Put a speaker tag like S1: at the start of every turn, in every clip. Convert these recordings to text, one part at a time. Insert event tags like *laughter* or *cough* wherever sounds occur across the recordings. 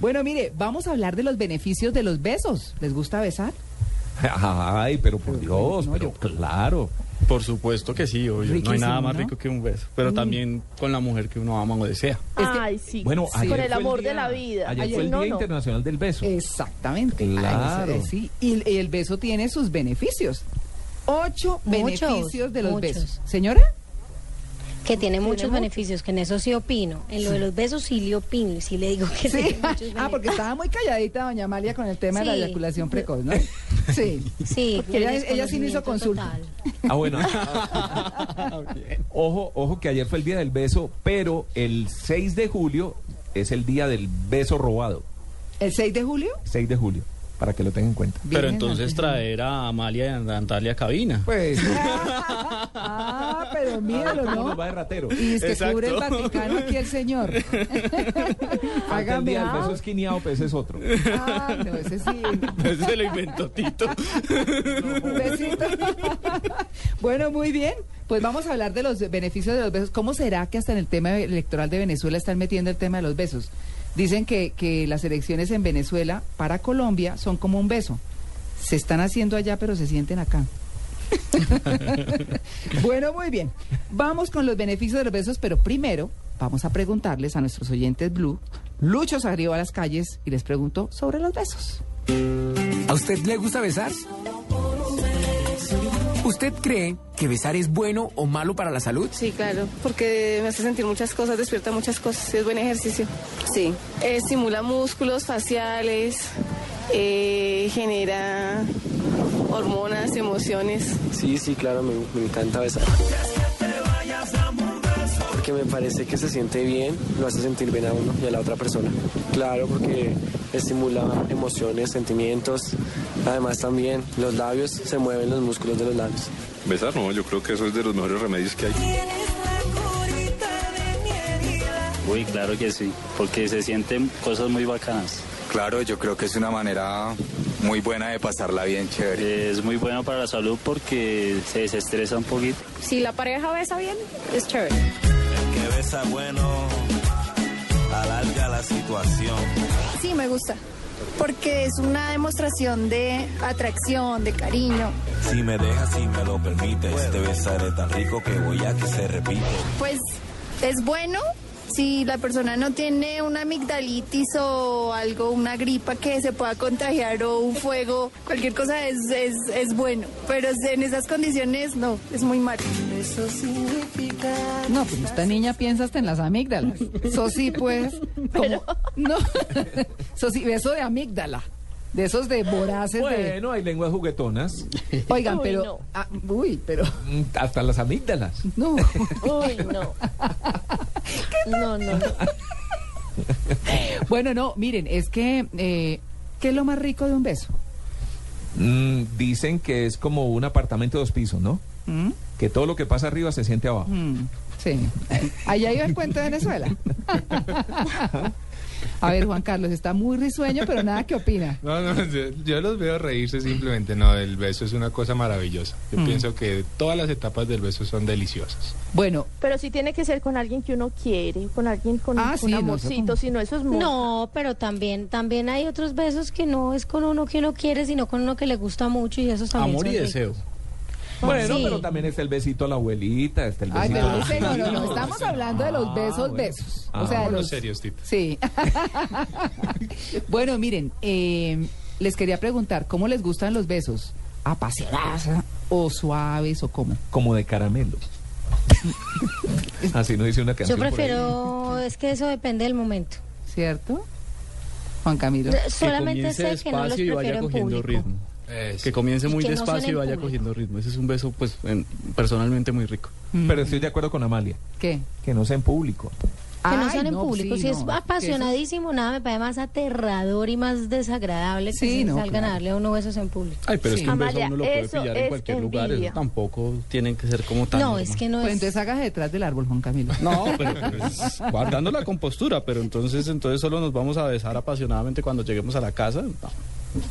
S1: Bueno, mire, vamos a hablar de los beneficios de los besos. ¿Les gusta besar?
S2: *laughs* Ay, pero por Dios,
S1: no,
S2: pero
S1: yo-
S2: claro.
S3: Por supuesto que sí, obvio. no hay
S1: Riquísimo,
S3: nada más
S1: ¿no?
S3: rico que un beso. Pero también con la mujer que uno ama o desea.
S1: Es que-
S4: Ay, sí.
S2: Bueno,
S1: Sí.
S2: ayer
S4: con
S2: fue
S4: el amor
S2: día-
S4: de la vida.
S2: Ayer,
S4: Ay,
S2: fue el
S4: no,
S2: Día
S5: *laughs*
S4: no.
S2: Internacional del Beso.
S1: Eh. Exactamente.
S2: Claro.
S1: Ay, sí, y y el beso tiene sus beneficios. Ocho
S6: Muchos,
S1: beneficios de los
S6: muchos.
S1: besos. Señora,
S6: Que tiene muchos
S4: mucho.
S6: beneficios, que en eso sí opino. En lo de los besos sí le opino y sí le digo que tiene
S1: sí.
S6: muchos beneficios.
S1: Ah, porque estaba muy calladita doña Amalia con el tema de la
S6: Sí.
S1: eyaculación
S6: *laughs*
S1: precoz, ¿no? Sí.
S6: Sí,
S1: Porque ella- ella sí no hizo
S6: desconocimiento
S1: consulta.
S6: total.
S2: Ah,
S1: *laughs*
S2: bueno. ojo, ojo que ayer fue el día del beso, pero el 6 de julio es el día del beso robado.
S1: ¿El 6 de julio?
S2: 6 de julio, para que lo tengan en cuenta.
S3: Pero
S1: Vienen
S3: entonces
S1: antes de-
S3: traer a Amalia y a Natalia a cabina. *laughs*
S2: Pues,
S1: Ah, pero
S2: a ver
S1: míralo,
S2: cómo nos
S1: ¿no?
S2: va de ratero.
S1: Y es que
S3: Exacto.
S1: cubre el Vaticano aquí el señor.
S2: Falta el
S1: Hágame
S2: día del beso
S1: algo.
S2: es quiniao, pero ese
S1: *laughs*
S2: es otro.
S1: Ah, no, ese sí.
S3: Se lo inventó Tito.
S1: Un besito. *laughs* bueno, muy bien. Pues vamos a hablar de los beneficios de los besos. ¿Cómo será que hasta en el tema electoral de Venezuela están metiendo el tema de los besos? Dicen que, que las elecciones en Venezuela para Colombia son como un beso. Se están haciendo allá, pero se sienten acá. *laughs* bueno, muy bien. Vamos con los beneficios de los besos, pero primero vamos a preguntarles a nuestros oyentes Blue. Lucho salió a las calles y les preguntó sobre los besos.
S7: ¿A usted le gusta besar? ¿Usted cree que besar es bueno o malo para la salud?
S8: Sí, claro, porque me hace sentir muchas cosas, despierta muchas cosas, es buen ejercicio. Sí. Estimula músculos faciales, eh, genera hormonas, emociones.
S9: Sí, sí, claro, me, me encanta besar. Porque me parece que se siente bien, lo hace sentir bien a uno y a la otra persona. Claro, porque estimula emociones, sentimientos. Además también los labios, se mueven los músculos de los labios.
S10: Besar, no, yo creo que eso es de los mejores remedios que hay.
S11: Uy, claro que sí, porque se sienten cosas muy bacanas.
S12: Claro, yo creo que es una manera muy buena de pasarla bien chévere.
S11: Es muy bueno para la salud porque se desestresa un poquito.
S4: Si la pareja besa bien, es chévere.
S12: Que besa bueno, alarga la situación.
S4: Sí, me gusta. Porque es una demostración de atracción, de cariño.
S12: Si me dejas, si me lo permites, te besaré tan rico que voy a que se repita.
S4: Pues es bueno si la persona no tiene una amigdalitis o algo, una gripa que se pueda contagiar o un fuego, cualquier cosa es, es, es bueno. Pero en esas condiciones no, es muy malo.
S8: Eso significa...
S1: No, pues esta niña piensa hasta en las amígdalas. Eso sí, pues. Como, no. *laughs* Eso sí, eso de amígdala. De esos de voraces
S2: Bueno, hay lenguas juguetonas,
S1: de. Oigan,
S4: Uy,
S1: pero.
S4: no.
S1: ah, uy, pero.
S2: mm, hasta las amígdalas.
S1: No. *laughs*
S4: Uy, no.
S1: *laughs*
S4: No, no.
S1: Bueno, no, miren, es que. eh, ¿Qué es lo más rico de un beso?
S2: Mm, dicen que es como un apartamento de dos pisos, ¿no?
S1: ¿Mm?
S2: Que todo lo que pasa arriba se siente abajo.
S1: Mm, sí. Allá iba el cuento de Venezuela. *laughs* A ver, Juan Carlos, está muy risueño, pero nada que opina.
S10: No, no, *laughs* yo- yo los veo reírse simplemente, no, el beso es una cosa maravillosa. Yo
S3: Mm.
S10: pienso que todas las etapas del beso son deliciosas.
S1: Bueno,
S4: Pero sí tiene que ser con alguien que uno quiere, con alguien con,
S1: Ah,
S4: con
S1: sí, no,
S4: amorcito,
S1: eso-
S4: si no eso es muy...
S6: No, pero también, también hay otros besos que no es con uno que uno quiere, sino con uno que le gusta mucho y eso también.
S3: Amor y
S6: son ricos.
S3: deseo.
S2: Bueno,
S6: Sí.
S2: pero también está el besito a la abuelita, está el
S1: ay,
S2: besito.
S1: pero
S2: a la-
S1: dice, no, no, no, estamos hablando de los
S2: Pues Ah,
S1: besos,
S2: bueno.
S1: besos.
S2: Ah,
S1: o sea, de
S10: Bueno,
S1: los,
S10: serios, Tito.
S1: Sí. *laughs* bueno, miren, eh, les quería preguntar, ¿cómo les gustan los besos? ¿Apasionados ah? o suaves o cómo?
S2: Como de caramelo. Así no dice una
S6: Yo
S2: canción. por ahí.
S6: prefiero, es que eso depende del momento.
S1: ¿Cierto? Juan Camilo.
S6: Solamente
S3: comience
S6: sé que no los
S3: despacio y vaya
S6: prefiero en
S3: cogiendo
S6: público.
S3: ritmo. Que comience
S6: Y
S3: muy
S6: que no
S3: despacio
S6: suene
S3: y
S6: en
S3: vaya
S6: público.
S3: cogiendo ritmo. Ese es un beso, pues, en- personalmente muy rico.
S1: Mm,
S2: Pero estoy de acuerdo con Amalia,
S1: ¿Qué?
S2: que no sea en público.
S6: Que no
S1: Ay,
S6: sean en público.
S1: sí,
S6: si
S1: no,
S6: es
S1: que eso-
S6: apasionadísimo, nada me parece más aterrador y más desagradable que
S1: Sí,
S6: se
S1: no,
S6: salgan
S1: claro.
S6: a darle a uno besos en público.
S3: Ay, pero
S1: Sí.
S3: es que un beso
S4: Amalia,
S3: uno lo puede
S4: eso
S3: pillar
S4: es
S3: en cualquier lugar.
S4: envidia.
S3: Eso tampoco tienen que ser como tan.
S6: no, es
S3: normal.
S6: que no
S1: Pues
S6: es.
S1: entonces hagas detrás del árbol, Juan Camilo.
S3: No, pero pues, guardando la compostura, pero entonces entonces solo nos vamos a besar apasionadamente cuando lleguemos a la casa. No.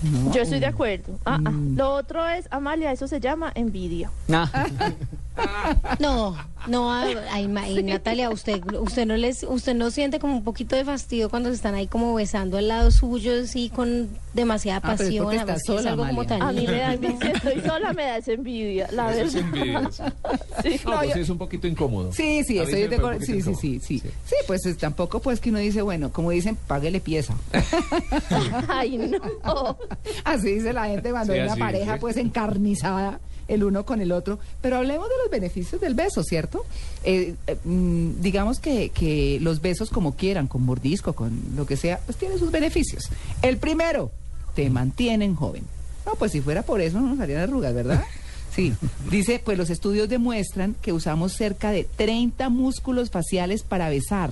S2: Mm.
S4: Yo estoy de acuerdo. Ah, ah. Lo otro es, Amalia, eso se llama envidia.
S6: No, no, ay, ma- y Natalia, usted, usted no les, usted no siente como un poquito de fastidio cuando se están ahí como besando al lado suyo, así con demasiada
S1: Ah, pero es
S6: pasión,
S1: porque está
S6: además que es
S1: sola,
S6: algo como
S1: Amalia.
S6: tan
S5: A mí me da
S6: íntimo.
S5: envidia, estoy sola, me da esa envidia, la
S2: Eso es
S5: verdad.
S2: envidia.
S5: *laughs* Sí,
S2: No,
S5: no,
S2: pues
S5: yo-
S2: es un poquito incómodo.
S1: Sí, sí,
S2: A mí
S1: estoy
S2: me
S1: de
S2: parece un
S1: acuerdo. Sí,
S2: poquito
S1: sí,
S2: incómodo.
S1: sí, sí. Sí, pues es- tampoco pues que uno dice, bueno, como dicen, páguele pieza.
S5: Ay, no.
S1: *laughs* Así dice la gente cuando
S5: Sí,
S1: hay una
S5: así
S1: pareja
S5: dice.
S1: pues encarnizada el uno con el otro. Pero hablemos de los beneficios del beso, ¿cierto? Eh, eh, mm, digamos que, que los besos como quieran, con mordisco, con lo que sea, pues tienen sus beneficios. El primero, te mantienen joven. No, pues si fuera por eso no nos harían arrugas,
S5: *laughs*
S1: ¿verdad? Sí, dice, pues los estudios demuestran que usamos cerca de 30 músculos faciales para besar,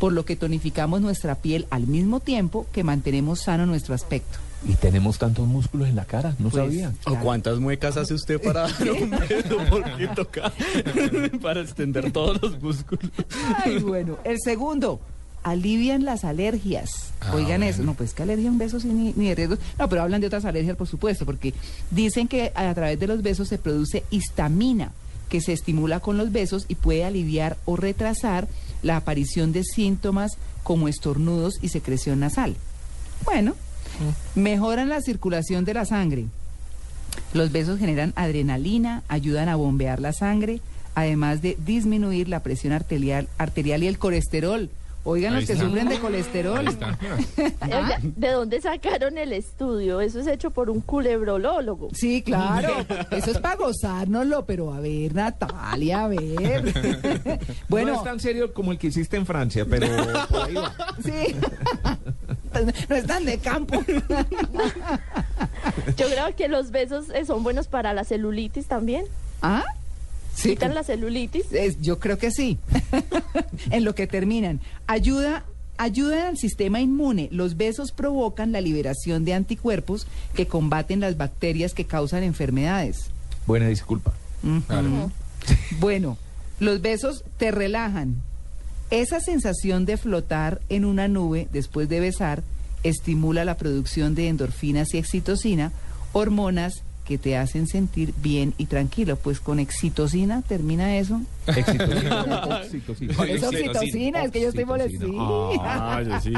S1: por lo que tonificamos nuestra piel al mismo tiempo que mantenemos sano nuestro aspecto.
S2: Y tenemos tantos músculos en la cara,
S1: Pues,
S2: no sabía.
S3: ¿O cuántas muecas hace usted para dar un beso? Porque toca *laughs* para extender todos los músculos.
S1: Ay, bueno. El segundo, alivian las alergias. Oigan eso. No, pues que alergia a un beso sí, ni, ni de riesgos. No, pero hablan de otras alergias, por supuesto, porque dicen que a través de los besos se produce histamina, que se estimula con los besos y puede aliviar o retrasar la aparición de síntomas como estornudos y secreción nasal. Bueno, mejoran la circulación de la sangre. Los besos generan adrenalina, ayudan a bombear la sangre, además de disminuir la presión arterial, arterial y el colesterol. Oigan
S10: Ahí
S1: los que
S10: está.
S1: sufren de colesterol.
S2: Ah.
S5: Oiga, ¿De dónde sacaron el estudio? Eso es hecho por un culebrolólogo.
S1: Sí, claro. Eso es para gozárnoslo, pero a ver, Natalia, a ver.
S2: Bueno, *laughs* no es tan serio como el que hiciste en Francia,
S1: *laughs*
S2: pero por ahí va.
S1: Sí. *laughs* No están de campo.
S5: Yo creo que los besos eh, son buenos para la celulitis también.
S1: ¿Ah? Sí.
S5: ¿Quitan la celulitis?
S1: Es- yo creo que sí. *laughs* en lo que terminan. Ayuda, ayudan al sistema inmune. Los besos provocan la liberación de anticuerpos que combaten las bacterias que causan enfermedades.
S2: Buena disculpa.
S1: Ujú.
S2: Claro.
S1: Bueno, los besos te relajan. Esa sensación de flotar en una nube después de besar estimula la producción de endorfinas y excitocina, hormonas que te hacen sentir bien y tranquilo. Pues con excitocina termina eso. Es oxitocina, es que yo estoy molestina.
S3: Ah, yo sí.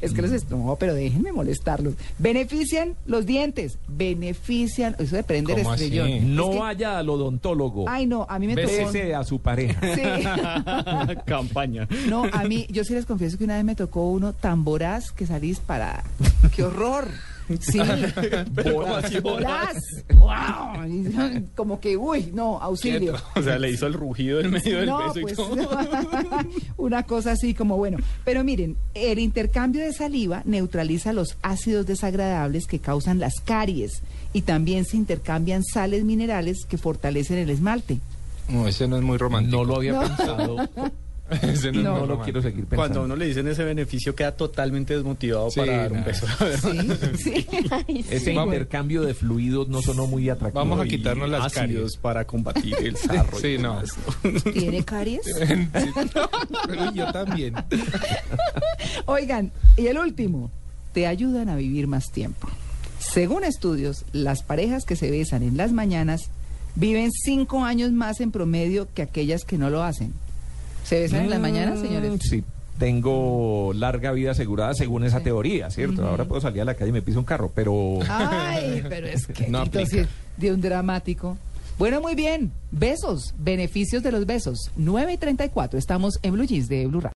S1: Es que los est- no, pero déjenme molestarlos. Benefician los dientes, benefician, eso depende del
S2: ¿Cómo así?
S1: estrellón. Es
S2: No
S1: que-
S2: vaya al odontólogo.
S1: Ay, no, a mí me tocó. *laughs*
S2: Bésese a su pareja.
S1: Sí.
S3: Campaña.
S1: No, a mí, yo sí les confieso que una vez me tocó uno tan voraz que salí disparada. ¡Qué horror! Sí,
S3: Pero ¿cómo así,
S1: voraz.
S3: voraz?
S1: ¡Wow! Y Como que, uy, no, auxilio.
S3: *laughs* O sea, le hizo el rugido en medio del
S1: No,
S3: beso y
S1: pues,
S3: todo.
S1: *laughs* una cosa así como bueno. Pero miren, el intercambio de saliva neutraliza los ácidos desagradables que causan las caries y también se intercambian sales minerales que fortalecen el esmalte.
S10: No, ese no es muy romántico.
S2: No lo había
S1: No.
S2: pensado.
S10: Ese no, es muy
S1: No.
S2: No lo
S10: romántico.
S2: quiero seguir pensando.
S3: Cuando a uno le dicen ese beneficio queda totalmente desmotivado
S2: Sí,
S3: para dar un
S2: no.
S3: beso. *laughs*
S1: Sí, sí.
S5: Ay,
S2: Ese
S10: Vamos.
S2: intercambio de fluidos no sonó muy atractivo.
S10: Vamos a
S2: Y-
S10: quitarnos las
S3: Ácidos
S10: caries.
S3: para combatir el sarro. y
S10: Sí, no.
S3: *laughs* todo eso.
S1: ¿Tiene caries?
S10: Pero *laughs* yo también.
S1: Oigan, y el último, te ayudan a vivir más tiempo. Según estudios, las parejas que se besan en las mañanas viven cinco años más en promedio que aquellas que no lo hacen. ¿Se besan en las mañanas,
S2: Mm,
S1: señores?
S2: Sí. Tengo larga vida asegurada según esa teoría, ¿cierto? Ahora puedo salir a la calle y me piso un carro, pero...
S10: *laughs*
S1: Ah, Ay, pero es que
S10: No
S1: Tito,
S10: aplica.
S1: sí, de un dramático. Bueno, muy bien. Besos, beneficios de los besos. 9 y 34. Estamos en Blue Jeans de Blue Radio.